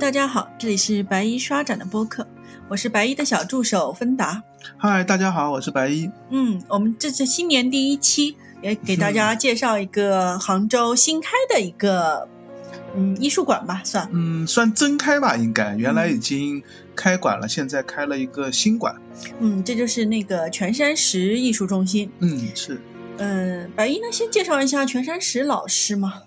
大家好，这里是白衣刷展的播客，我是白衣的小助手芬达。嗨，大家好，我是白一。嗯，我们这是新年第一期，也给大 家介绍一个杭州新开的一个嗯艺术馆吧，算。嗯，算真开吧，应该原来已经开馆了，现在开了一个新馆。嗯，这就是那个全山石艺术中心。嗯，是。嗯，白衣呢，先介绍一下全山石老师嘛。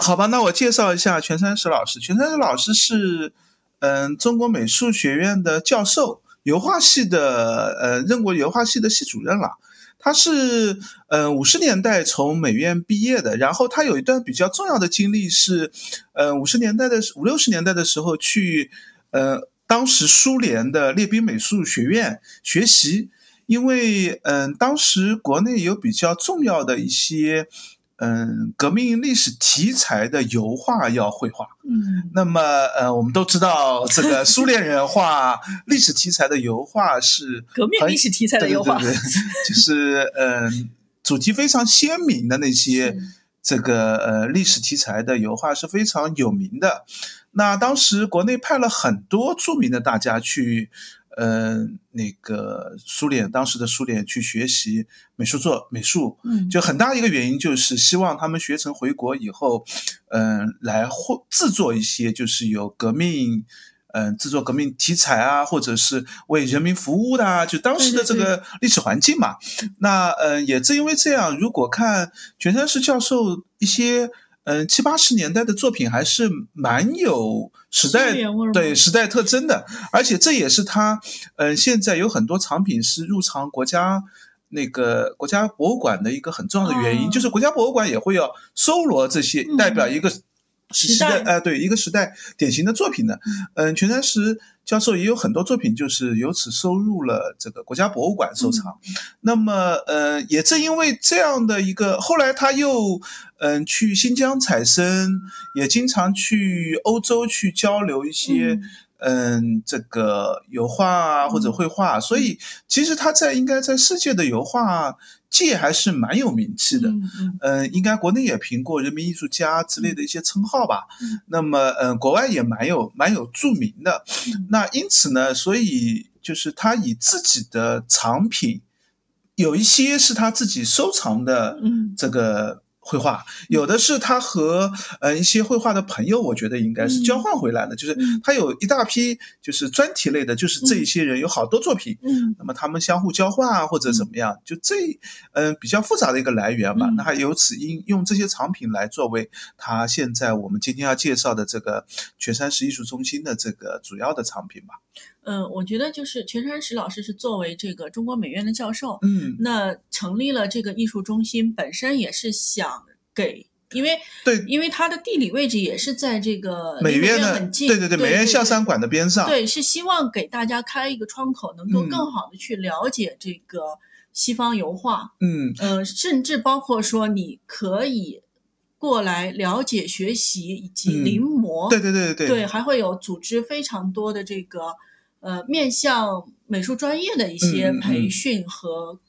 好吧，那我介绍一下全山石老师。全山石老师是，嗯，中国美术学院的教授，油画系的，呃，任过油画系的系主任了。他是，嗯，五十年代从美院毕业的，然后他有一段比较重要的经历是，嗯，五十年代的五六十年代的时候去，呃，当时苏联的列宾美术学院学习，因为，嗯，当时国内有比较重要的一些。嗯，革命历史题材的油画要绘画。嗯那么，呃，我们都知道，这个苏联人画历史题材的油画 是革命很历史题材的油画对对对对就是嗯，主题非常鲜明的那些是这个呃历史题材的油画是非常有名的。那当时国内派了很多著名的大家去，呃，那个苏联当时的苏联去学习美术作美术，嗯，就很大一个原因就是希望他们学成回国以后，嗯、来或制作一些就是有革命，嗯、制作革命题材啊，或者是为人民服务的啊，就当时的这个历史环境嘛。那嗯、呃也正因为这样，如果看全山石教授一些。嗯，七八十年代的作品还是蛮有时代苏联味儿吗对时代特征的，而且这也是他，嗯、现在有很多藏品是入藏国家那个国家博物馆的一个很重要的原因，哦就是国家博物馆也会要搜罗这些嗯代表一个时代，时代呃，对一个时代典型的作品的。嗯，全山石教授也有很多作品，就是由此收入了这个国家博物馆收藏。嗯那么，呃，也正因为这样的一个，后来他又嗯、去新疆采参，也经常去欧洲去交流一些。嗯嗯，这个油画啊或者绘画，所以其实他在应该在世界的油画界还是蛮有名气的。嗯嗯嗯应该国内也评过人民艺术家之类的一些称号吧。嗯那么，嗯、国外也蛮有蛮有著名的。嗯那因此呢，所以就是他以自己的藏品，有一些是他自己收藏的，嗯这个绘画，有的是他和呃一些绘画的朋友，我觉得应该是嗯交换回来的，就是嗯他有一大批就是专题类的，就是这一些人有好多作品。嗯那么他们相互交换啊，或者怎么样，就这，嗯、比较复杂的一个来源吧。嗯那他由此应用这些藏品来作为他现在我们今天要介绍的这个全山石艺术中心的这个主要的藏品吧。嗯，我觉得就是全山石老师是作为这个中国美院的教授，嗯，那成立了这个艺术中心，本身也是想给，因为对，因为它的地理位置也是在这个美离院的，很近，对对对，美院对象山馆的边上。对，是希望给大家开一个窗口，能够嗯更好的去了解这个西方油画，嗯，呃，甚至包括说你可以过来了解、学习以及嗯临摹，对对对对对，还会有组织非常多的这个呃面向美术专业的一些嗯嗯嗯培训和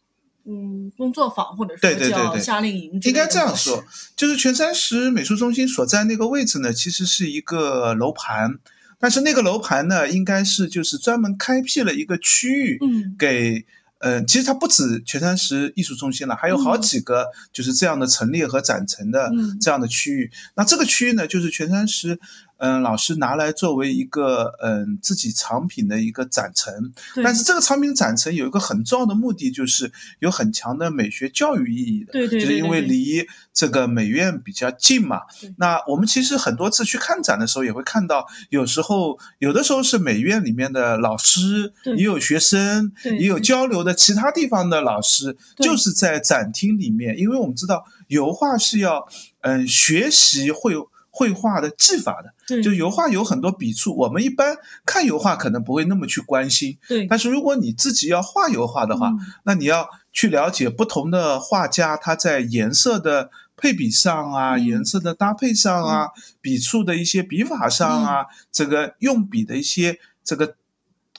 嗯工作坊，或者对说对对叫对夏令营之应类的模式，该这样说，就是全山石美术中心所在那个位置呢，其实是一个楼盘，但是那个楼盘呢，应该是就是专门开辟了一个区域嗯，给。呃，其实它不止全山石艺术中心了，还有好嗯几个就是这样的陈列和展陈的嗯这样的区域。那这个区域呢，就是全山石，嗯、老师拿来作为一个嗯、自己藏品的一个展陈。对但是这个藏品展陈有一个很重要的目的，就是有很强的美学教育意义的。对对对，就是因对为对离这个美院比较近嘛对。那我们其实很多次去看展的时候，也会看到，有时候有的时候是美院里面的老师对，也有学生，对也有对交流的其他地方的老师，对就是在展厅里面，因为我们知道油画是要嗯学习绘绘画的技法的，对就油画有很多笔触，我们一般看油画可能不会那么去关心，对但是如果你自己要画油画的话，嗯那你要去了解不同的画家他在颜色的配比上啊，嗯颜色的搭配上啊，笔触的一些笔法上嗯啊，这个嗯用笔的一些这个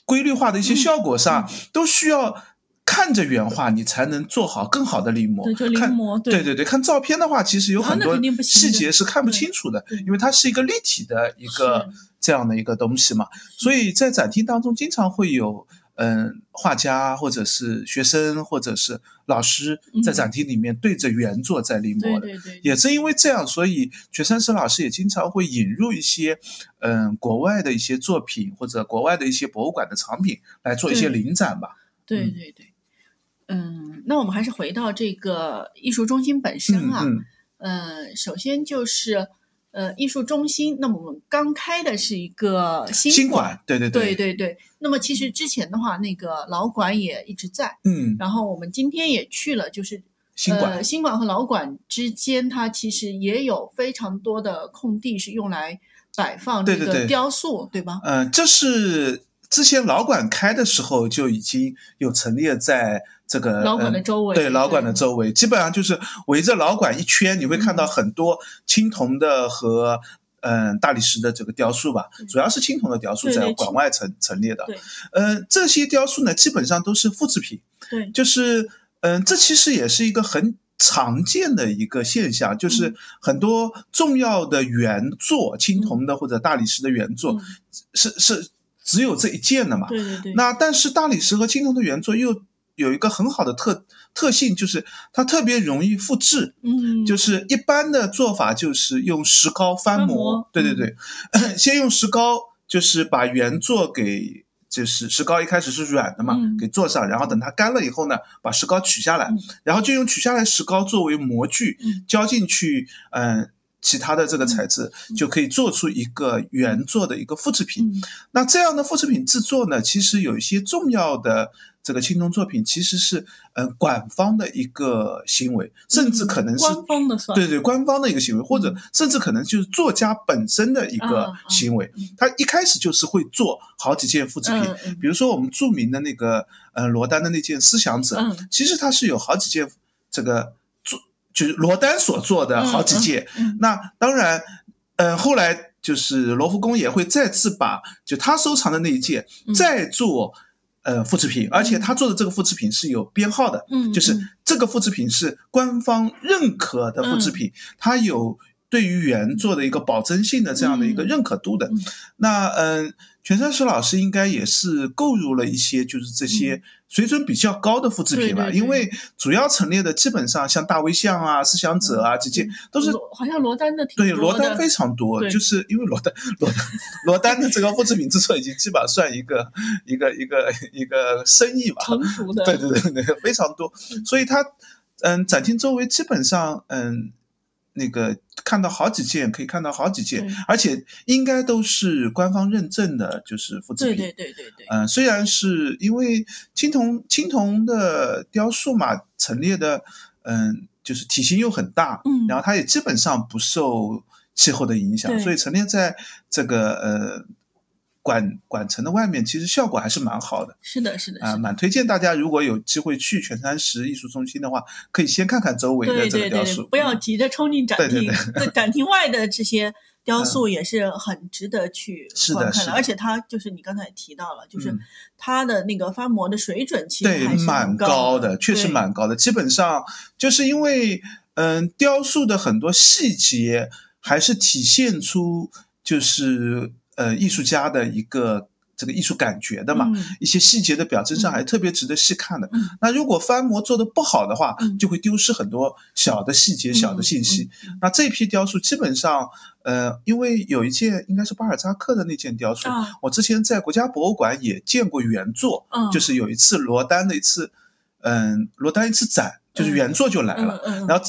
规律化的一些效果上，都需要。看着原画，你才能做好更好的临摹。对，就临看摹，对对对，看照片的话，其实有啊很那多肯定不行细的节是看不对清楚的对，因为它是一个立体的一个是这样的一个东西嘛。所以在展厅当中，经常会有嗯画家或者是学生或者是老师在嗯展厅里面对着原作在临摹对对的。对，也正因为这样，所以全山石老师也经常会引入一些，嗯，国外的一些作品或者国外的一些博物馆的藏品来做一些对临展吧。对嗯对对，嗯，那我们还是回到这个艺术中心本身嗯啊，嗯，呃，首先就是呃艺术中心，那么我们刚开的是一个新新馆，馆，对对对对对。那么其实之前的话，那个老馆也一直在，嗯，然后我们今天也去了，就是新馆，呃、新馆和老馆之间，它其实也有非常多的空地是用来摆放对这对个对雕塑，对吧？嗯、这是之前老馆开的时候就已经有陈列在这个老馆嗯的周围，对老馆的周围，基本上就是围着老馆一圈，你会看嗯到很多青铜的和嗯大理石的这个雕塑吧，对主要是青铜的雕塑对对在青馆外陈陈列的对。嗯，这些雕塑呢，基本上都是复制品，对，就是嗯、这其实也是一个很常见的一个现象，就是嗯很多重要的原作，青铜的或者大理石的原作，嗯是是只有这一件的嘛。对对对，那但是大理石和青铜的原作又有一个很好的特特性，就是它特别容易复制。嗯，就是一般的做法就是用石膏翻翻模模，嗯对对对， 先用石膏就是把原作给。就是石膏一开始是软的嘛，嗯给做上，然后等它干了以后呢，把石膏取下来，嗯然后就用取下来石膏作为模具，嗯浇进去，嗯、其他的这个材质、嗯就可以做出一个原作的一个复制品。嗯那这样的复制品制作呢，其实有一些重要的这个青铜作品，其实是嗯、呃馆方的一个行为，甚至可能是、嗯官方的算，对对官方的一个行为，或者甚至可能就是作家本身的一个啊啊行为嗯。他一开始就是会做好几件复制品嗯，嗯比如说我们著名的那个呃罗丹的那件《思想者》，嗯其实它是有好几件这个做就是罗丹所做的好几件。嗯那当然，嗯、后来就是罗浮宫也会再次把就他收藏的那一件嗯再做呃复制品，而且他做的这个复制品是有编号的，嗯，就是嗯这个复制品是官方认可的复制品，它有对于原作的一个保真性的这样的一个嗯认可度的。嗯那嗯，全山石老师应该也是购入了一些就是这些水准比较高的复制品吧，嗯对对对因为主要陈列的基本上像大卫像啊、思想者啊这些嗯都是。罗好像罗丹的挺对多罗丹的非常多，对就是因为罗丹罗丹罗丹的这个复制品制作已经基本上算一个一个一个一个生意吧，成熟的，对对对对，非常多。所以它，嗯，展厅周围基本上，嗯，那个看到好几件，可以看到好几件对，而且应该都是官方认证的，就是复制对品。对对对对，嗯，虽然是因为青铜青铜的雕塑嘛，陈列的，嗯，就是体型又很大，嗯然后它也基本上不受气候的影响，对所以陈列在这个呃馆馆城的外面，其实效果还是蛮好的。是的，是的，啊、是的，蛮推荐大家，如果有机会去全山石艺术中心的话，可以先看看周围的对这对对个雕对塑，，不要嗯急着冲进展对厅对，嗯对展厅外的这些雕塑也是很值得去是的观是看的而且它就是你刚才也提到了，就是嗯它的那个翻模的水准其实对还是蛮很高的，确实对蛮高的。基本上就是因为嗯，雕塑的很多细节还是体现出就是呃艺术家的一个这个艺术感觉的嘛。嗯一些细节的表征上嗯还特别值得细看的。嗯那如果翻模做的不好的话，嗯就会丢失很多小的细节、小的信息。那这批雕塑基本上，呃，因为有一件应该是巴尔扎克的那件雕塑，啊，我之前在国家博物馆也见过原作，嗯，就是有一次罗丹的一次，嗯，罗丹一次展，就是嗯原作就来嗯了。嗯，然后，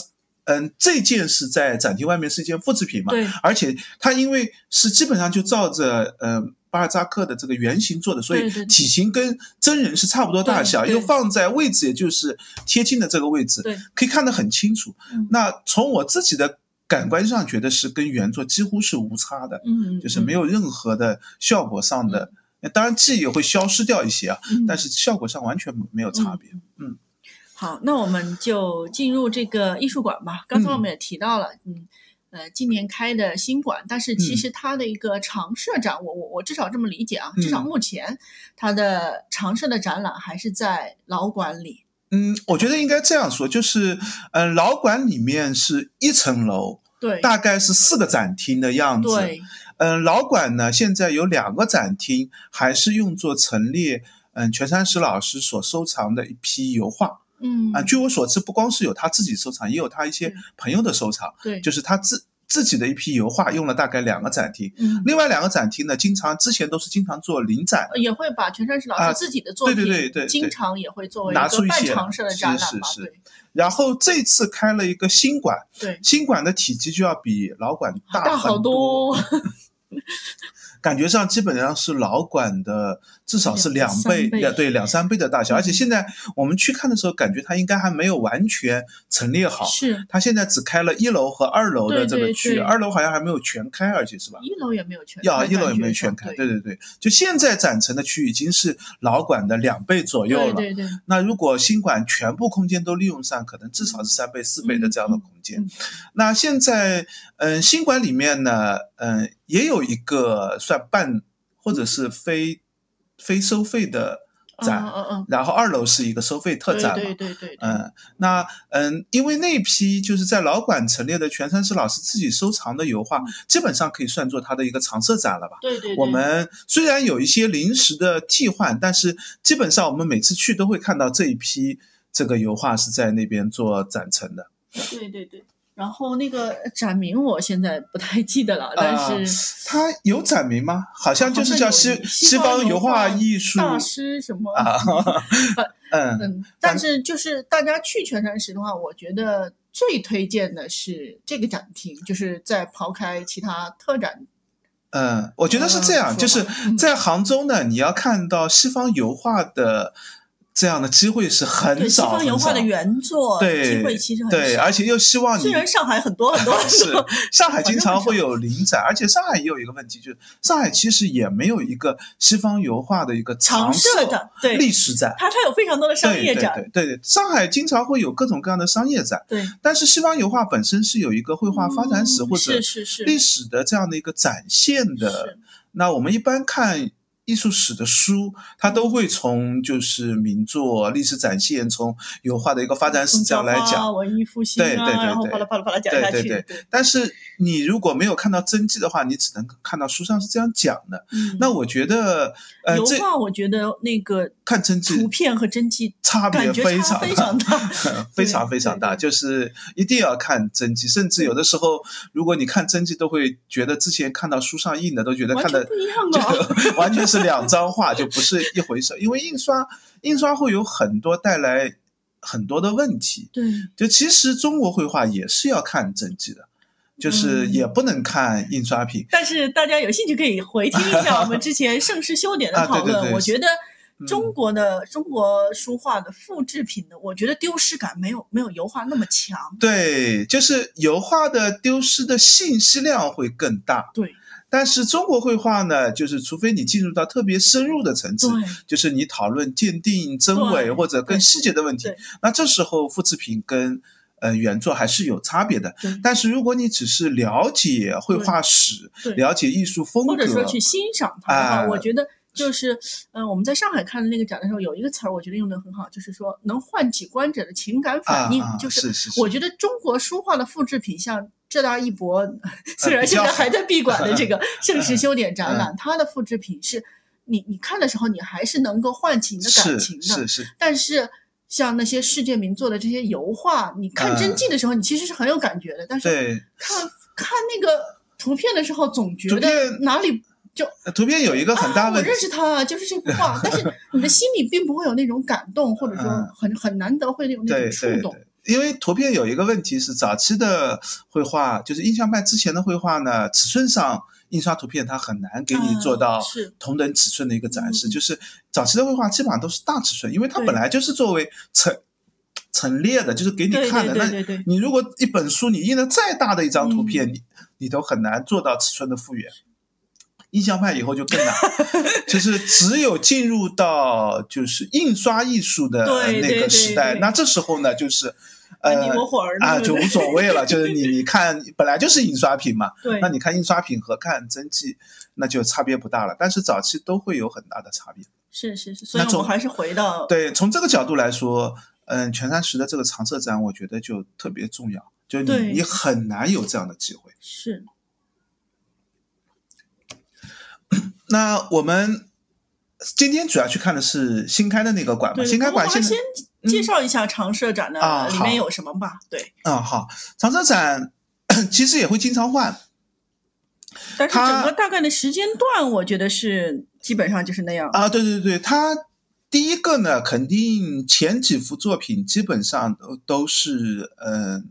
嗯，这件是在展厅外面是一件复制品嘛，对而且它因为是基本上就照着呃巴尔扎克的这个原型做的，所以对对体型跟真人是差不多大小，对对又放在位置也就是贴近的这个位置，对，可以看得很清楚。嗯那从我自己的感官上觉得是跟原作几乎是无差的，嗯，就是没有任何的效果上的，当然记忆也会消失掉一些啊，嗯，但是效果上完全没有差别。嗯好，那我们就进入这个艺术馆吧。刚才我嗯们也提到了，嗯，呃今年开的新馆，但是嗯其实它的一个常设展，我我我至少这么理解啊，至少嗯目前它的常设的展览还是在老馆里。嗯，我觉得应该这样说，就是，嗯、老馆里面是一层楼，对大概是四个展厅的样子。对，嗯、老馆呢现在有两个展厅，还是用作陈列，嗯、全山石老师所收藏的一批油画。嗯啊，据我所知，不光是有他自己收藏，也有他一些嗯朋友的收藏，对，就是他自自己的一批油画，用了大概两个展厅。嗯，呃另外两个展厅呢，经常之前都是经常做临展，也会把全山石老啊师自己的作品，对对对对对经常也会作为拿出个一半些常设的展览吧，是是然后这次开了一个新馆，对对，新馆的体积就要比老馆大大好很多，多，哦感觉上基本上是老馆的至少是两两倍，三倍两对两三倍的大小，嗯而且现在我们去看的时候，感觉它应该还没有完全陈列好。是它现在只开了一楼和二楼的对这个对区，域，对二楼好像还没有全开，而且是吧？一楼也没有全要开一楼感也没有觉全上开，对对对对，就现在展陈的区已经是老馆的两倍左右了。对对对，那如果新馆全部空间都利用上，可能至少是三倍、四倍的这样的空间。嗯嗯那现在，嗯、新馆里面呢，嗯、也有一个算半或者是非非收费的展，嗯嗯嗯，然后二楼是一个收费特展嘛。对对对对，对，嗯，那嗯，因为那批就是在老馆陈列的全山石老师自己收藏的油嗯画，基本上可以算作他的一个常设展了吧。对对，我对们虽然有一些临时的替换，但是基本上我们每次去都会看到这一批这个油画是在那边做展陈的。对对对。然后那个展名我现在不太记得了，但是它有展名吗？好啊像就是叫好西像有西西方方油油画画艺术大师什么啊，嗯， 嗯，但但是就是大家去全山石的话，我觉得最推荐的是这个展厅，就是在抛开其他特展，嗯，我觉得是这样，嗯就是嗯在杭州呢，你要看到西方油画的这样的机会是对很西少，方油很画少的原作对机会其实很对，少而且又希望你虽然上海很 多很多很是多， 上海经好常像很少会有临展，而且上海也有一个问题，就是上海其实也没有一个西方油画的一个常设设的，对，历史展。它它有非常多的商业展，对对对对，上海经常会有各种各样的商业展，对，但是西方油画本身是有一个绘画发展史嗯或者是是是历史的这样的一个展现的是。那我们一般看艺术史的书，它都会从就是名作、历史展现，从油画的一个发展史这样来宋朝讲啊。文艺复兴啊，对对对然后对巴拉巴拉巴拉讲对下对去，对但是你如果没有看到真迹的话，你只能看到书上是这样讲的。嗯那我觉得，呃，油这画我觉得那个看真图迹片和真迹差别感觉非差常非 常大。大，非常对非常对大，对就是一定要看真迹，甚至有的时候，如果你看真迹，都会觉得之前看到书上印的，都觉得完看全的不一样啊。就 完全是两张画，就不是一回事。因为印刷印刷会有很多带来很多的问题，对， 就其实中国绘画也是要看真迹的，就是嗯也不能看印刷品。但是大家有兴趣可以回听一下我们之前盛世修典的啊对讨对论。对我觉得嗯中国的、中国书画的复制品的，我觉得丢失感没有没有油画那么强。对，就是油画的丢失的信息量会更大。对但是中国绘画呢，就是除非你进入到特别深入的层次对，就是你讨论鉴定真伪对或者更细节的问题对，那这时候复制品跟呃原作还是有差别的。对，但是如果你只是了解绘画史对，了解艺术风格，或者说去欣赏它的话，啊我觉得就是，嗯、我们在上海看的那个展的时候，有一个词儿，我觉得用的很好，就是说能唤起观者的情感反应。啊啊就是是是我觉得中国书画的复制品，像浙大一博， 虽然呃比较现嗯在好还在闭馆的这个 盛世修典展览，它的复制品是你你看的时候，你还是能够唤起你的感是情的。是是，但是像那些世界名作的这些油画，你看哎真迹的时候，你其实是很有感觉的，但是对。看看那个图片的时候，总觉图得片哪里呃图片有一个很大啊，我问题认，识他啊，就是这幅 画，但是你的心里并不会有那种感动，或者说嗯很很难得会有那对种触对动。对，因为图片有一个问题是，早期的绘画就是印象派之前的绘画呢，尺寸上印刷图片它很难给你啊做到是同等尺寸的一个展示，嗯就是早期的绘画基本上都是大尺寸，因为它对本来就是作为陈陈列的，就是给你对看的。对对那对对你如果一本书你印的再大的一张图嗯片，你你都很难做到尺寸的复原。印象派以后就更 难，就是只有进入到就是印刷艺术的对那对个时代，对对哎那这时候呢，就是呃你我火儿啊对就不无对所谓了，就是你你看本来就是印刷品嘛，对那你看印刷品和看真迹那就差别不大了，但是早期都会有很大的差别。是是是，所以那我们从还是回到对，从这个角度来说，嗯，全山石的这个长社展，我觉得就特别重要，就对你你很难有这样的机会。是那我们今天主要去看的是新开的那个馆嘛，对，新开我们馆还现在先介绍一下长社展的、嗯啊里好面有什么吧。对，啊、好，长社展 其实也会经常换，但是它整个大概的时间段，我觉得是基本上就是那样。啊，对对对，它第一个呢，肯定前几幅作品基本上都都是嗯。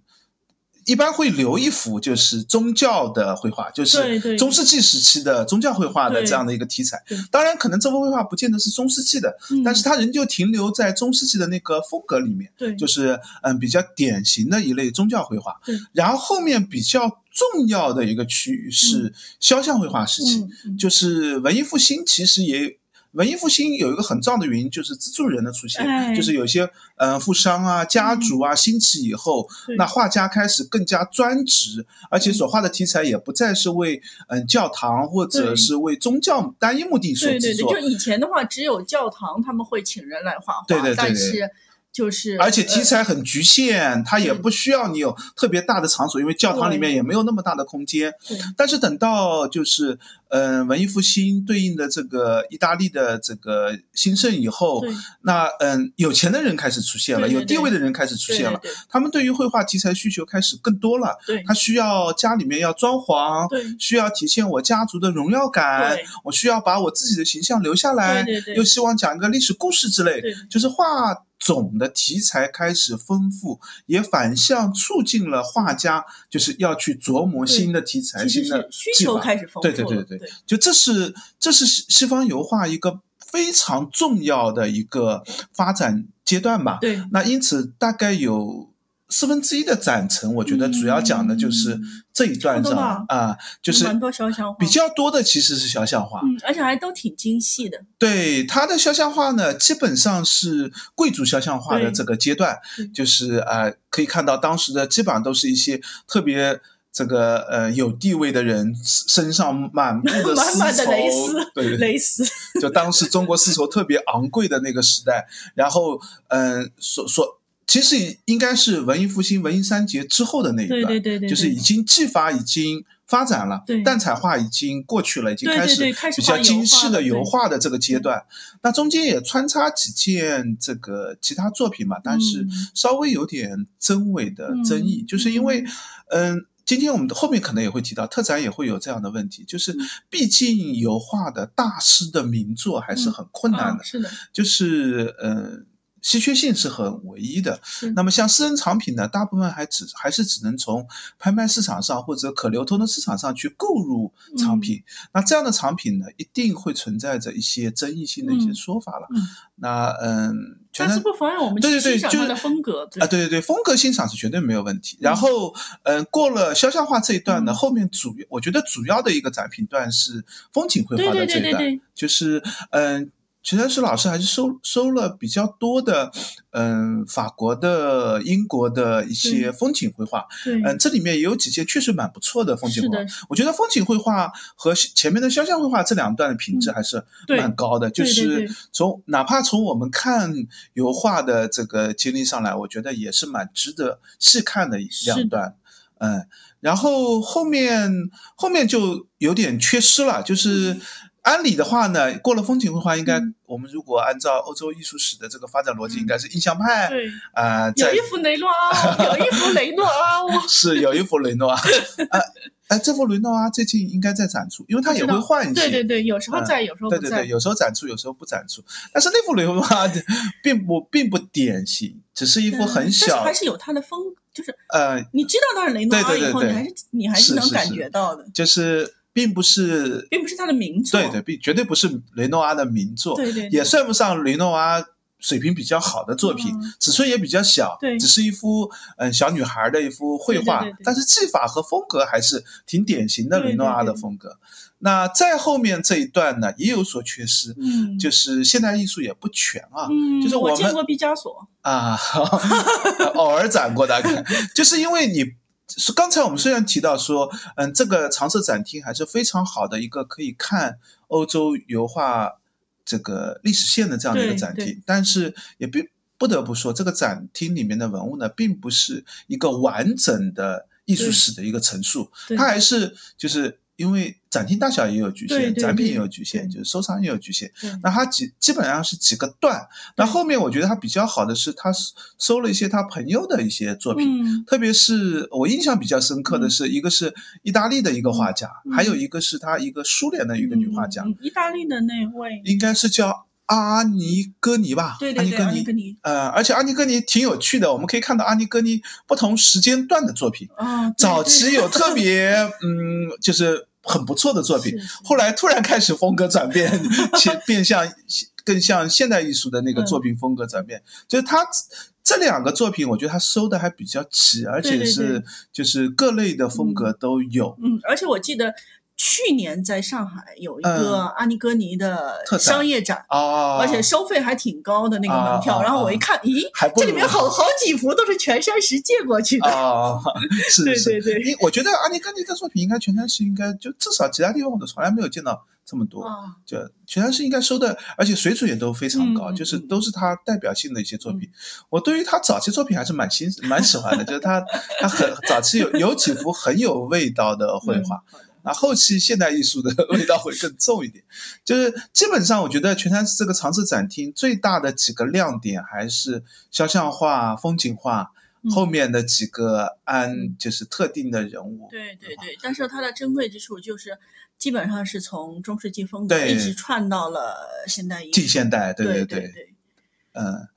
一般会留一幅，就是宗教的绘画，就对是对中世纪时期的宗教绘画的对这样的一个题材对。当然，可能这幅绘画不见得是中世纪的，嗯但是它仍旧停留在中世纪的那个风格里面，对，就是嗯比较典型的一类宗教绘画对。然后后面比较重要的一个区域是肖像绘画时期，嗯嗯就是文艺复兴其实也。文艺复兴有一个很重要的原因，就是资助人的出现，哎嗯就是有些呃富商啊、家族啊、兴起以后，对那画家开始更加专职，而且所画的题材也不再是为嗯、教堂或者对是为宗教单一目的所对对制对，作就，以前的话，只有教堂他们会请人来画画，对对对但对是就是而且呃题材很局限，它也对不需要你有特别大的场所，因为教堂里面也没有那么大的空间对。但是等到就是呃文艺复兴对应的这个意大利的这个兴盛以后对，那嗯、有钱的人开始出现了，对对有地位的人开始出对现对了，对他们对于绘画题材需求开始更多了，对他需要家里面要装潢，对需要体现我家族的荣耀感对，我需要把我自己的形象留下来，对对对又希望讲一个历史故事之类，对就是画种的题材开始丰富，也反向促进了画家就是要去琢磨对新的题材、其实新是的需技求法。开始丰富对了，对对对对就这是这是西西方油画一个非常重要的一个发展阶段吧。对，那因此大概有四分之一的展陈，我觉得主要讲的就是嗯这一段差不上多啊吧、就是蛮多肖像画比较多的其实是肖像画。嗯，而且还都挺精细的，对他的肖像画呢，基本上是贵族肖像画的对这个阶段对，就是呃，可以看到当时的基本上都是一些特别这个呃有地位的人身上满 目的满满的丝绸蕾丝对对对，蕾丝，就当时中国丝绸特别昂贵的那个时代，然后嗯、呃所所其实应该是文艺复兴、文艺三杰之后的那一段，对对对对，就是已经技法已经发展了，对蛋彩画已经过去了，已经对对开始对开始比较画油精画细的了油对画的这个阶段。那中间也穿插几件这个其他作品嘛，但是嗯稍微有点真伪的争议，嗯就是因为，嗯。今天我们的后面可能也会提到，特展也会有这样的问题，就是嗯毕竟油画的大师的名作还是很困难啊的，是的，就是呃稀缺性是很唯一的。那么像私人藏品呢，大部分还只还是只能从拍卖市场上或者可流通的市场上去购入嗯藏品。那这样的藏品呢，一定会存在着一些争议性的一些嗯说法了。嗯那嗯，但全是然不妨碍我们对去对对欣赏就它是的风格，对啊，对对对，风格欣赏是绝对没有问题。然后，嗯，过了肖像画这一段呢，嗯后面主我觉得主要的一个展品段是风景绘画对对的这对一对段，对，就是嗯，陈山石老师还是收收了比较多的，嗯，法国的、英国的一些对风景绘画，对嗯，这里面也有几件确实蛮不错的风景是绘画的。，我觉得风景绘画和前面的肖像绘画这两段的品嗯质还是对蛮高的，就对对是对从哪怕从我们看油画的这个经历上来，我觉得也是蛮值得细看的两段。嗯，然后后面后面就有点缺失了，就是。按理的话呢，过了风景绘画，应该、嗯我们如果按照欧洲艺术史的这个发展逻辑，嗯应该是印象派对。啊、呃，有在一幅雷诺阿欧，有一幅雷诺啊阿欧， 是有一幅雷诺 阿，啊，哎，这幅雷诺阿最近应该在展出，因为他也不知会道换一些，对对对，有时候嗯在，有时候不对对对在，有时候展出，有时候不展出。但是那幅雷诺阿并不并不典型，只是一幅嗯很但小是还，是有它的风，就是呃，你知道它是雷诺对阿对对以后，对你还是你还是能是感是觉到的，就是并不是，并不是它的名作，对对，并绝对不是雷诺阿的名作，对对对也算不上雷诺阿水平比较好的作品，嗯尺寸也比较小，对只是一幅嗯、呃小女孩的一幅绘画，对对对对但是技法和风格还是挺典型的对雷诺阿对的对风格。那再后面这一段呢，也有所缺失，嗯，就是现代艺术也不全啊，嗯，就是我我见们过毕加索，啊， 偶尔展过大概，就是因为你。是刚才我们虽然提到说，嗯，这个常设展厅还是非常好的一个可以看欧洲油画这个历史线的这样的一个对展厅对，但是也并不得不说，这个展厅里面的文物呢，并不是一个完整的艺术对史的一个陈述，对它还是就是因为展厅大小也有局对限，对展品对也有局限，对就是收藏也有局限，对那他几基本上是几个段，那后面我觉得他比较好的是，他收收了一些他朋友的一些作品，嗯特别是我印象比较深刻的嗯是，一个是意大利的一个画家，嗯还有一个是他一个苏联的一个女画家，嗯嗯意大利的那位，应该是叫阿尼戈尼吧？对对对，啊阿阿尼尼格戈尼。尼，呃，而且阿尼戈尼挺有趣的，我们可以看到阿尼戈尼不同时间段的作品，啊，对早对期有特别嗯，就是很不错的作品是，是后来突然开始风格转变，先变向更像现代艺术的嗯那个作品风格转变。就是他这两个作品，我觉得他收的还比较齐，而且对是对就是各类的风格都有。嗯，而且我记得去年在上海有一个嗯阿尼戈尼的特展商业展，哦，而且收费还挺高的那个门票。啊啊然后我一啊看，咦还，不这如里面好好几幅都是全山石借过去的。 哦，是对是对对因我觉得阿尼戈尼的作品应该全山市应该就至少其他地方我都从来没有见到这么多。啊，就全山是应该收的，而且水准也都非常高，嗯嗯就是嗯都是他代表性的一些作品。我对于他早期作品还是蛮欣蛮喜欢的，就是他他很早期有有几幅很有味道的绘画，嗯。好的那、后期现代艺术的味道会更重一点。就是基本上，我觉得全山这个长治展厅最大的几个亮点还是肖像画、风景画。嗯后面的几个按嗯就是特定的人物，对对对，但是它的珍贵之处就是，基本上是从中世纪风格对一直串到了现代艺近术。现代，对对对，对，嗯，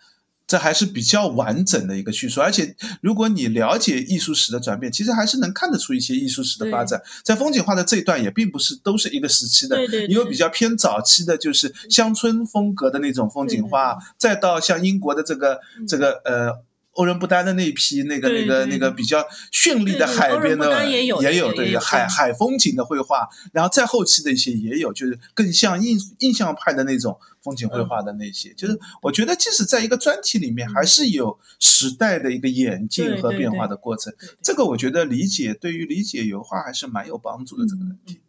这还是比较完整的一个叙述，而且如果你了解艺术史的转变，其实还是能看得出一些艺术史的发展。在风景画的这一段，也并不是都是一个时期的，对对对也有比较偏早期的，就是乡村风格的那种风景画，对对再到像英国的这个、嗯这个呃。欧仁不丹的那一批，那个、对那个、对那个比较绚丽的对对海欧边仁不的，丹也有也也有有也对有海嗯海风景的绘画，然后再后期的一些也有，就是更像印印象派的那种风景绘画的那些，就是我觉得即使在一个专题里面，嗯还是有时代的一个演进对和对变对化的过程。对对这个我觉得理解对于理解油画还是蛮有帮助的。这个问嗯题，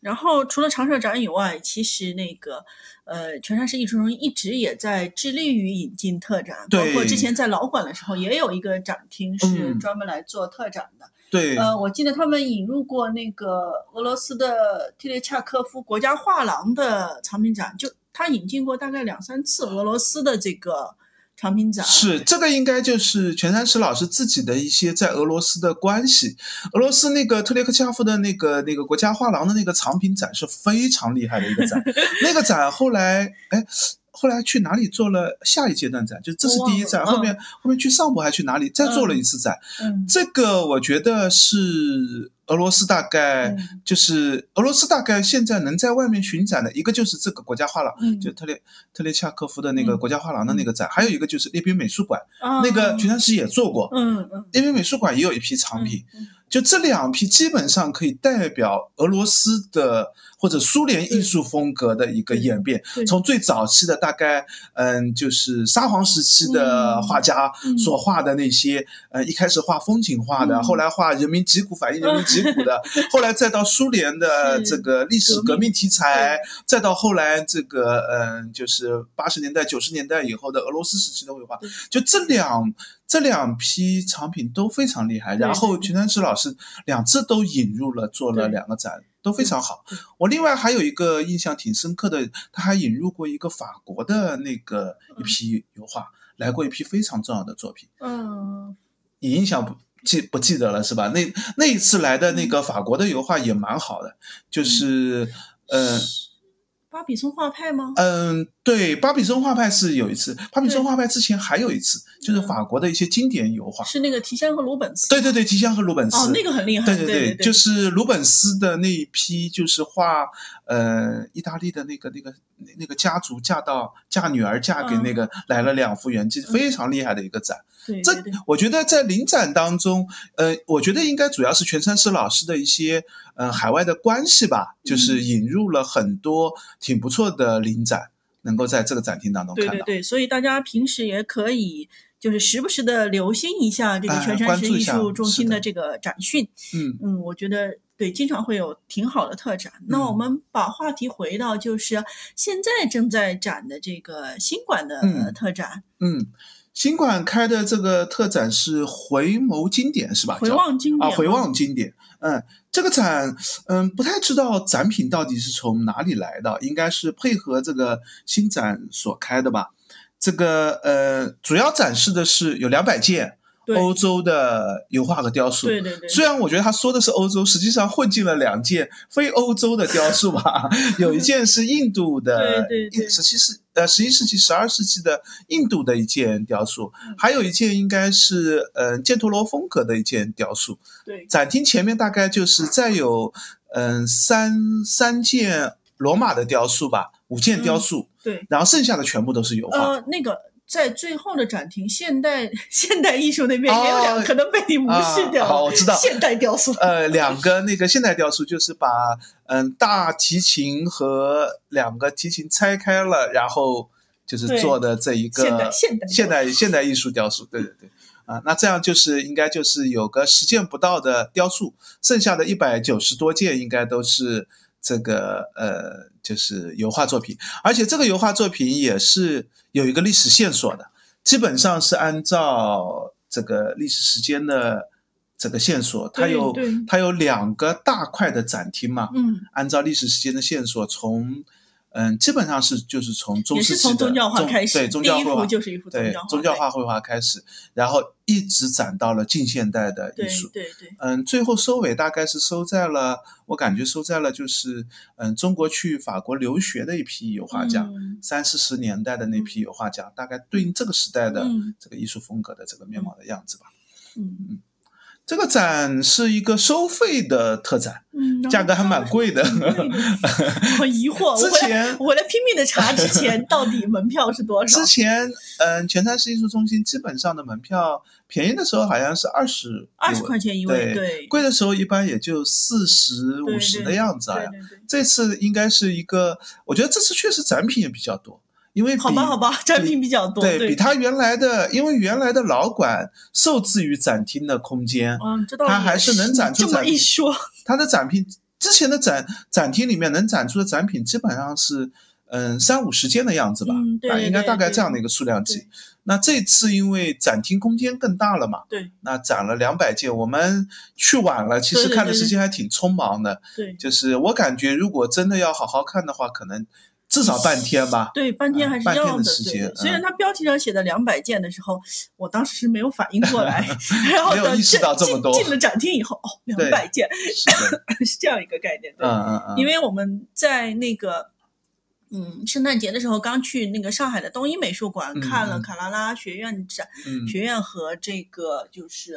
然后除了长社展以外，其实那个呃，全山市艺术中心一直也在致力于引进特展，包括对之前在老馆的时候也有一个展厅是嗯专门来做特展的。对，呃，我记得他们引入过那个俄罗斯的蒂列恰科夫国家画廊的藏品展，就他引进过大概两三次俄罗斯的这个藏品展。是这个应该就是全山石老师自己的一些在俄罗斯的关系。俄罗斯那个特列克恰夫的那个那个国家画廊的那个藏品展是非常厉害的一个 展，那个展后来哎。后来去哪里做了下一阶段展？就这是第一展，我忘了后面、后面去上博还去哪里再做了一次展？嗯，这个我觉得是俄罗斯大概、嗯就是俄罗斯大概现在能在外面巡展的一个就是这个国家画廊，嗯就特列特列恰科夫的那个嗯国家画廊的那个展，还有一个就是列宾美术馆，啊那个全山石也做过，嗯嗯列宾美术馆也有一批藏品，嗯就这两批基本上可以代表俄罗斯的或者苏联艺术风格的一个演变对对，从最早期的大概嗯就是沙皇时期的嗯画家嗯所画的那些，呃一开始画风景画的，嗯后来画人民疾苦反映人民疾苦的， 后来再到苏联的是这个历史革革命题材，再到后来这个嗯就是八十年代九十年代以后的俄罗斯时期的绘画对，就这两。这两批藏品都非常厉害，对然后对全山石老师两次都引入了，做了对嗯两个展，都非常好对对。我另外还有一个印象挺深刻的，他还引入过一个法国的那个一批油画，来过一批非常重要的作品。嗯，你印象不记不记得了是吧？那那嗯一次来的那个法国的油画也蛮好的，就是、呃，巴比松画派吗？嗯，对，巴比松画派是有一次，巴比松画派之前还有一次，嗯就是法国的一些经典油画。是那个提香和鲁本斯。呃对对对，提香和鲁本斯。哦，那个很厉 害。对对对，对，就是鲁本斯的那一批，就是画呃意大利的那个那个那个家族嫁到嫁女儿嫁给那个来了两幅原迹，非常厉害的一个展。对这对对我觉得在临展当中，呃，我觉得应该主要是全山石老师的一些呃海外的关系吧，就是引入了很多挺不错的临展，能够在这个展厅当中对看对到。对，所以大家平时也可以就是时不时的留心一下这个哎全山关石注一艺下术中是心的的这个展讯。嗯，嗯，我觉得对，经常会有挺好的特展。那我嗯们把话题回到就是现在正在展的这个新馆的嗯特展嗯，新馆开的这个特展是回眸经典是吧？回叫望经啊，典》。回望经典。嗯，这个展，嗯，不太知道展品到底是从哪里来的，应该是配合这个新展所开的吧。这个呃，主要展示的是有两百件对欧洲的油画和雕塑。对对对，虽然我觉得他说的是欧洲，实际上混进了两件非欧洲的雕塑吧， 有一件是印度的，对对对十七世呃十一世纪、十二世纪的印度的一件雕塑嗯，还有一件应该是嗯、呃犍陀罗风格的一件雕塑。对展厅前面大概就是再有嗯、三三件罗马的雕塑吧，五件雕塑，对，然后剩下的全部都是油画。呃，那个在最后的展厅，现代现代艺术那边也有两哦个可能被你无视掉啊好了。我知道现代雕塑。呃，两个那个现代雕塑，就是把嗯大提琴和两个提琴拆开了，然后就是对做的这一个现代现代现代现代艺术雕塑，对对对。啊，那这样就是应该就是有个十件不到的雕塑，剩下的一百九十多件应该都是这个呃，就是油画作品，而且这个油画作品也是有一个历史线索的，基本上是按照这个历史时间的这个线索，它对有对它有两个大块的展厅嘛，嗯，按照历史时间的线索从。嗯，基本上是就是从中也世是纪的从宗教画中开始，对宗教第一绘画幅就是一幅对教宗宗教画绘画开始，然后一直展到了近现代的对艺术。对对，嗯，最后收尾大概是收在了，我感觉收在了就是嗯中国去法国留学的一批油画家，嗯三四十年代的那批油画家，大概对应这个时代的嗯这个艺术风格的这个面貌的样子吧。嗯这个展是一个收费的特展，嗯，然价后格还它蛮贵的。很贵的我疑惑， 之我回来前我来拼命的查之 前到底门票是多少之？前，嗯，全山市艺术中心基本上的门票便宜的时候好像是二十二十块钱一位，对贵的时候一般也就四十对五十对的样子啊。对对这次应该是一个，我觉得这次确实展品也比较多，因对，为比好吧好吧，展品比较多，对对比，他原来的，因为原来的老馆受制于展厅的空间，嗯，这倒它也还是能展出这么展一品说，它的展品之前的展展厅里面能展出的展品基本上是。嗯，三五十件的样子吧，嗯对啊，对应该对大概对这样的一个数量级对。那这次因为展厅空间更大了嘛，对那展了两百件，我们去晚了，其实对对看的对时对间还挺匆忙的。 对就是我感觉，如果真的要好好看的话，可能至少半天吧。对，半天嗯还是半天要的对时对间虽然嗯它标题上写的两百件的时候，我当时是没有反应过 来，然后没有等意识进到这么进多进了展厅以后，哦，两对百件是 的，是这样一个概念，对嗯。嗯嗯，因为我们在那个，嗯，圣诞节的时候刚去那个上海的东一美术馆嗯看了嗯卡拉拉学院展、嗯学院和这个就是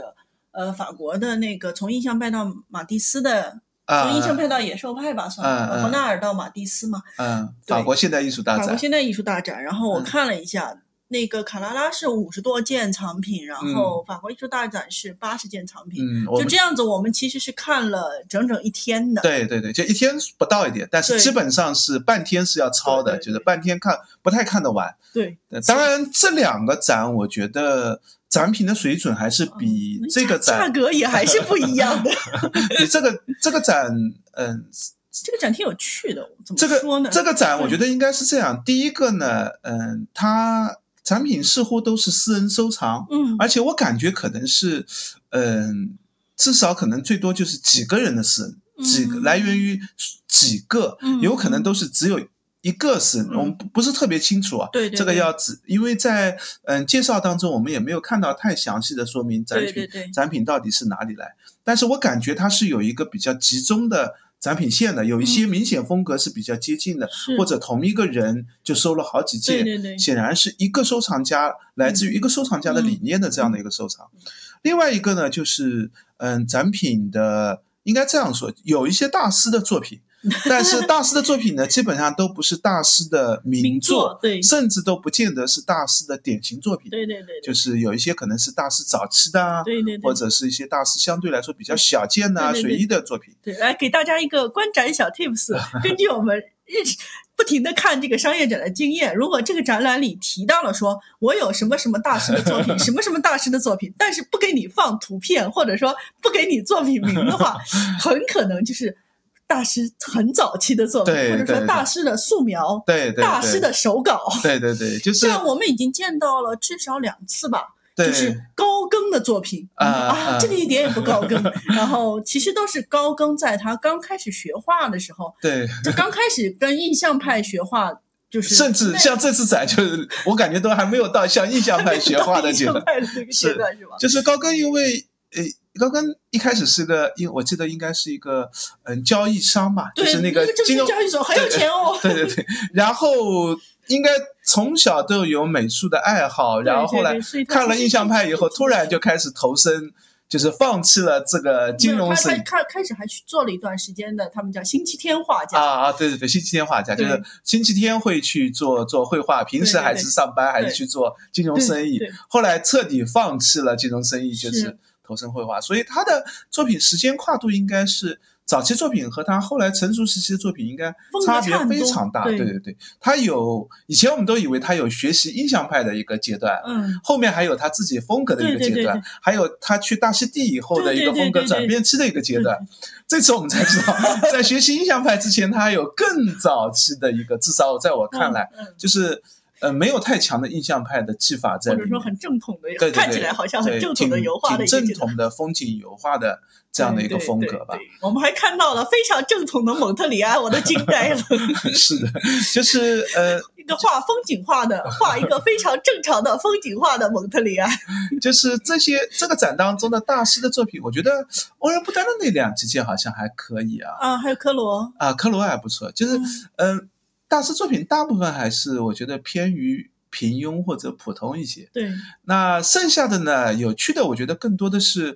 呃法国的那个从印象派到马蒂斯的，啊从印象派到野兽派吧，算嗯了，嗯伯纳尔到马蒂斯嘛，嗯，法国现代艺术大法国展，现代艺术大展。然后我嗯看了一下。那个卡拉拉是五十多件藏品，然后法国艺术大展是八十件藏品，嗯嗯，我就们这样子，我们其实是看了整整一天的。对对对，就一天不到一点，但是对基本上是半天是要超的，对对就是对半天看不太看得完。对，呃当然，这两个展我觉得展品的水准还是比嗯这个价展，格也还是不一 样的。比这个这个展，嗯，这个展挺有趣的，怎么这说呢？个这个展，我嗯觉得应该是这样。第一个呢，嗯，它产品似乎都是私人收藏，嗯，而且我感觉可能是，嗯，至少可能最多就是几个人的私人，几个嗯来源于几个嗯，有可能都是只有。一个私人，嗯我们不不是特别清楚啊。对对这个对要只因为在嗯介绍当中，我们也没有看到太详细的说明展对品对对展品到底是哪里来。但是我感觉它是有一个比较集中的展品线的，有嗯一些明显风格是比较接近的，是或者同一个人就收了好几件，嗯对对嗯对显然是一个收藏家来自于一个收藏家的理念的这样的一个收藏。嗯另外一个呢，就是嗯，展品的应该这样说，有一些大师的作 品，但是大师的作品呢，基本上都不是大师的名名作作，对甚至都不见得是大师的典型作品，对对对，就是是有一些可能是大师早期的啊，对对对，或者是一些大师相对来说比较小件呐、对对随对意的作品。对，来给大家一个观展小 tips，根据我们日不停的看这个商业展的经验，如果这个展览里提到了说我有什么什么大师的作 品，什么什么大师的作品，但是不给你放图片，或者说不给你作品名的 话，很可能就是大师很早期的作品，对或者对说对大师的素描、对对对，大师的手稿。对对对，就是像我们已经见到了至少两次吧，对就是高更的作品啊啊啊，这个一点也不高更。 然后其实都是高更在他刚开始学画的时候，对，就刚开始跟印象派学画，就是 甚至那像这次展，就是我感觉都还没有到像印象派学画的阶印 段象。派的那个阶段是吧？就是高更，因为呃，高更一开始是个，因我记得应该是一个嗯交易商吧，就对，是那个个证金券融，交易所很有钱哦。 对对对，然后应该从小都有美术的爱好，然后后来对对所以他看了其实印象派以后，是突然就开始投身，就是放弃了这个金融他他审开开始还去做了一段时间的，他们叫星期天画啊家，啊，对对对，星期天画家就对是星期天会去做做绘画，平时对对还对是上班，还是对去做金融对生意对。后来彻底放弃了金融生意，就是是投身绘画。所以他的作品时间跨度应该是早期作品和他后来成熟时期的作品应该风格差别差很非多常大。对对对对，他有以前我们都以为他有学习印象派的一个阶段，嗯，后面还有他自己风格的一个对对阶对段，对还有他去大溪地以后的一对个对对风格对对转变期的一个阶段。这次我们才知道，在学习印象派之前，他还有更早期的一个，至少在我看来，嗯，嗯就是呃没有太强的印象派的技法在或里者面说。很正统的，对对对，看起来好像很对正统的挺油画的一挺个正阶段。统的风景油画的这样的一个风格吧嗯对。对对对我们还看到了非常正统的蒙特里安，我都惊呆 了。 是的，就是呃，一个画风景画的，画一个非常正常的风景画的蒙特里安。就是这些这个展当中的大师的作品，我觉得欧阳布丹的那两几件好像还可以 啊。啊，还有科罗，啊，科罗还不错，就是嗯嗯、呃大师作品大部分还是我觉得偏于平庸或者普通一些。对，那剩下的呢，有趣的我觉得更多的是，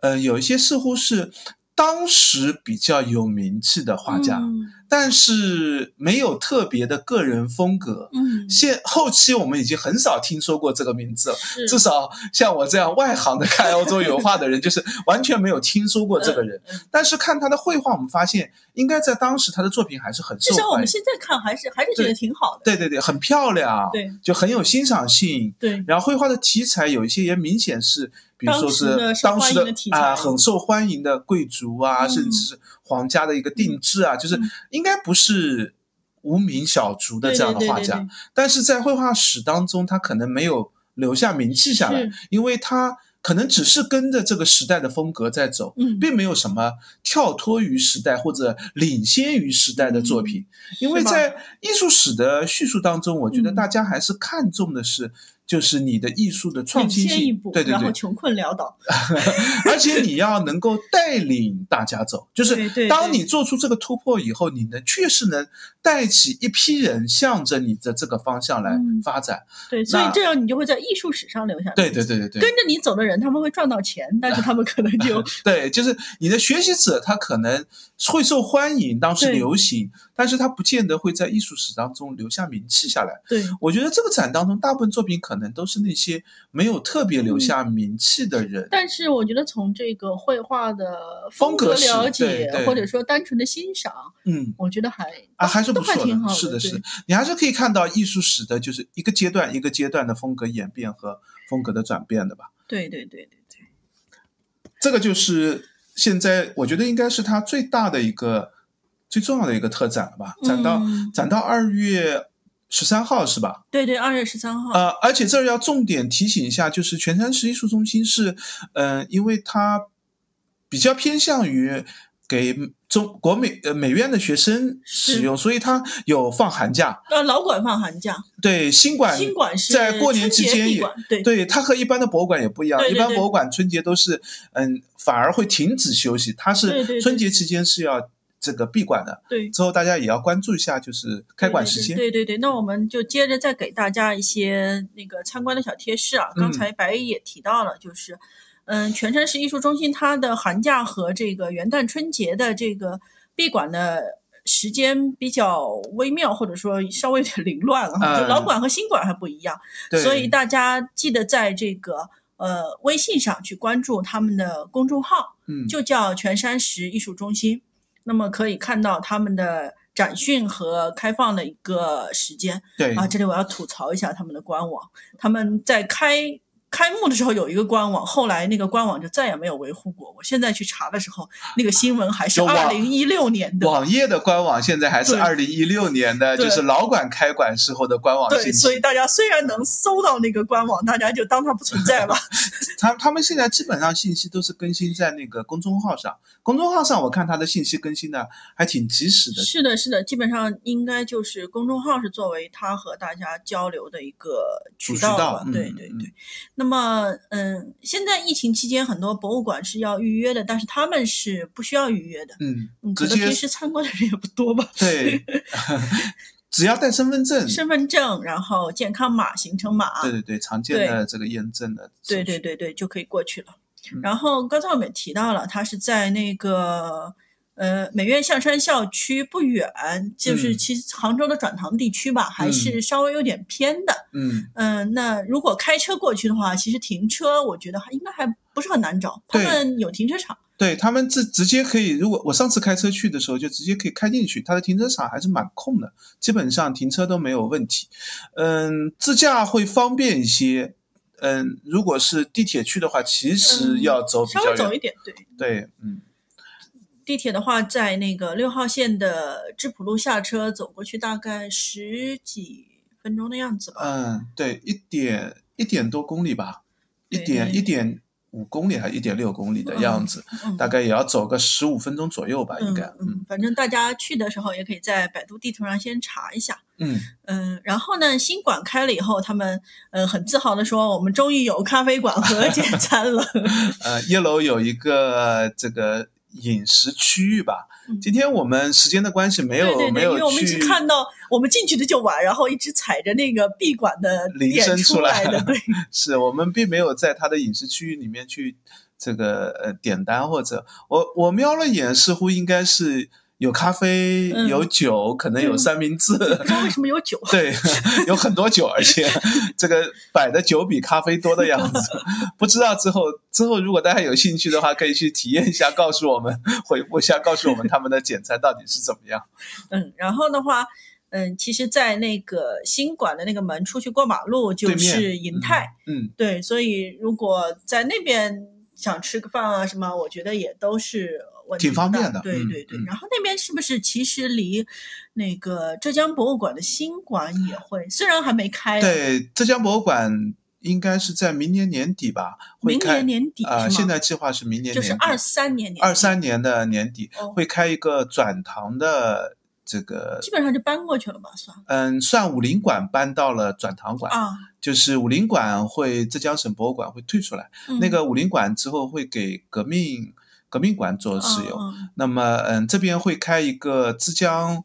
呃，有一些似乎是当时比较有名气的画家，嗯但是没有特别的个人风格。嗯，现后期我们已经很少听说过这个名字了，是至少像我这样外行的看欧洲油画的人，就是完全没有听说过这个人。嗯嗯但是看他的绘画，我们发现应该在当时他的作品还是很至受少我欢们迎。现在看还是还是觉得挺好的。对对对，很漂亮，对，就很有欣赏性。对，然后绘画的题材有一些也明显是，比如说是当时的受欢迎当时的的题材啊很受欢迎的贵族啊，嗯甚至是皇家的一个定制啊，就是嗯应该不是无名小卒的对这样的画家，，但是在绘画史当中，他可能没有留下名气下来是，因为他可能只是跟着这个时代的风格在走，对对对对嗯，并没有什么跳脱于时代或者领先于时代的作品。因为嗯是吧在艺术史的叙述当中，我觉得嗯大家还是看重的是，就是你的艺术的创领新先一性步，，对对然后对，穷困潦倒，而且你要能够带领大家走，就对是对当对你做出这个突破以后，你能确实能带起一批人向着你的这个方向来嗯发展。对，所以那这样你就会在艺术史上留下。对对。对对对，啊跟着你走的人，他们会赚到钱，但是他们可能 就对，就是你的学习者，他可能会受欢迎，当时对流行，但是他不见得会在艺术史当中留下名气下来。对我觉得这个展当中，大部分作品可能都是那些没有特别嗯留下名气的人。但是我觉得从这个绘画的风格格是了对解对，或者说单纯的欣赏，嗯，我觉得还啊，都还是都不错还挺好是的，的，是的对，你还是可以看到艺术史的，就是一个阶段一个阶段的风格演变和风格的转变的吧。对对对对对，这个就是现在我觉得应该是它最大的一个最重要的一个特展了吧？展到、嗯展到二月十三号是吧？对对，二月十三号，呃，而且这儿要重点提醒一下，就是全山石艺术中心是，嗯、因为它比较偏向于给中国美呃美院的学生使用，所以它有放寒假。呃，老馆放寒假，对，新馆新馆是在过春年期节间闭也馆对对它和一般的博物馆也不一样，对对一般对博物馆春节都是嗯，反而会停止休息，它对对是对春节期间是要这个闭馆的。对，之后大家也要关注一下，就是开馆时间。对对对，那我们就接着再给大家一些那个参观的小贴士啊。嗯刚才白也提到了，就是，嗯，全山市艺术中心它的寒假和这个元旦、春节的这个闭馆的时间比较微妙，或者说稍微有点凌乱啊，嗯就老馆和新馆还不一样。对，所以大家记得在这个呃微信上去关注他们的公众号，嗯，就叫全山石艺术中心。那么可以看到他们的展讯和开放的一个时间对啊。这里我要吐槽一下他们的官网，他们在开。开幕的时候有一个官网，后来那个官网就再也没有维护过。我现在去查的时候，那个新闻还是有网二零一六年的，网页的官网现在还是对二零一六年的，对就是老馆开馆时候的官网对，信所以息。大家虽然能搜到那个官网，大家就当它不存在吧。他他们现在基本上信息都是更新在那个公众号上，公众号上我看他的信息更新的还挺及时的。是的，是的，基本上应该就是公众号是作为他和大家交流的一个渠主渠道道吧。嗯对嗯对嗯对。那么，嗯，现在疫情期间很多博物馆是要预约的，但是他们是不需要预约的。嗯，嗯，可直能接平时参观的人也不多 吧。 对，只要带身份证，身份证，然后健康码、行程码，对对对，常见的这个验证的，对对，对对，就可以过去了。嗯然后刚才我们也提到了，它是在那个呃美院象山校区不远，就是嗯其实杭州的转塘地区吧，还嗯是稍微有点偏的。嗯，嗯、那如果开车过去的话，其实停车我觉得还应该还不是很难找，他对们有停车场。对他们直直接可以，如果我上次开车去的时候，就直接可以开进去，它的停车场还是蛮空的，基本上停车都没有问题。嗯，自驾会方便一些。嗯，如果是地铁去的话，其实嗯要走比稍微较走远。一点，对。对，嗯，地铁的话，在那个六号线的质朴路下车走过去，大概十几分钟的样子吧。嗯，对，一点一点多公里吧，一对点对一点五公里还一点六公里的嗯样子，嗯，大概也要走个十五分钟左右吧，应该。嗯嗯，反正大家去的时候也可以在百度地图上先查一下。嗯，嗯，然后呢，新馆开了以后，他们呃很自豪的说，我们终于有咖啡馆和简餐了。呃，一楼有一个这个饮食区域吧嗯。今天我们时间的关 系没有对对没对，因有为我们一去直看到我们进去的就晚，然后一直踩着那个闭馆的铃点声出出来的，了 对，是我们并没有在它的饮食区域里面去这个呃点单或者我我瞄了眼，似乎应该是有咖啡、嗯有酒，可能有嗯三明治。不知道为什么有酒。 对，有很多酒，而且这个摆的酒比咖啡多的样子。不知道之后之后，如果大家有兴趣的话，可以去体验一下，告诉我们回复一下，告诉我们他们的简餐到底是怎么样。嗯，然后的话，嗯，其实，在那个新馆的那个门出去过马路对就面是银泰，，嗯对，所以如果在那边想吃个饭啊什么，我觉觉得也都是问题挺方不大便的对嗯对对，嗯然后那边是不是其实离那个浙江博物馆的新馆也会，虽然还没开啊，嗯，对，浙江博物馆应该是在明年年底吧，会明开年年底是啊、吗？现在计划是明年就年是底，二三年年二底，三年的年底哦会开一个转塘的这个，基本上就搬过去了吧，算嗯，算武林馆搬到了转塘馆。啊，就是武林馆会浙江省博物馆会退出来，嗯那个武林馆之后会给革命革命馆做使用。嗯嗯那么，嗯，这边会开一个浙江，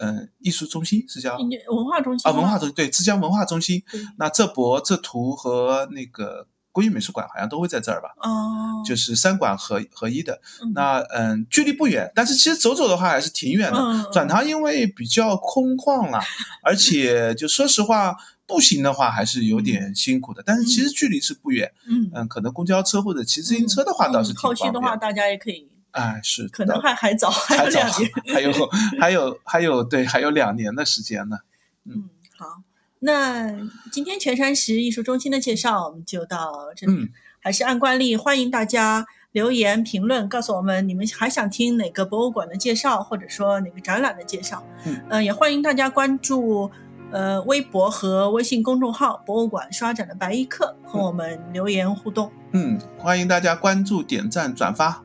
嗯，艺术中心是叫嗯你文化中心啊文化嘛中心对浙江文化中心哦对。那浙博、浙图和那个国艺美术馆好像都会在这儿吧？哦，就是三馆合合一的。嗯那嗯，距离不远，但是其实走走的话还是挺远的。嗯嗯转塘因为比较空旷啦，而且就说实话，步行的话还是有点辛苦的。但是其实距离是不远，嗯嗯，可能公交车或者骑自行车的话嗯倒是挺后续方的便话，。大家也可以，哎，是可能到还还早，还还有早两年。，还有还有还有对，还有两年的时间呢。嗯，好，那今天全山石艺术中心的介绍我们就到这里，嗯还是按惯例欢迎大家留言评论，告诉我们你们还想听哪个博物馆的介绍，或者说哪个展览的介绍。嗯，呃，也欢迎大家关注。呃，微博和微信公众号“博物馆刷展”的白衣客和嗯我们留言互动。嗯，欢迎大家关注、点赞、转发，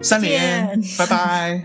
三连见，拜拜。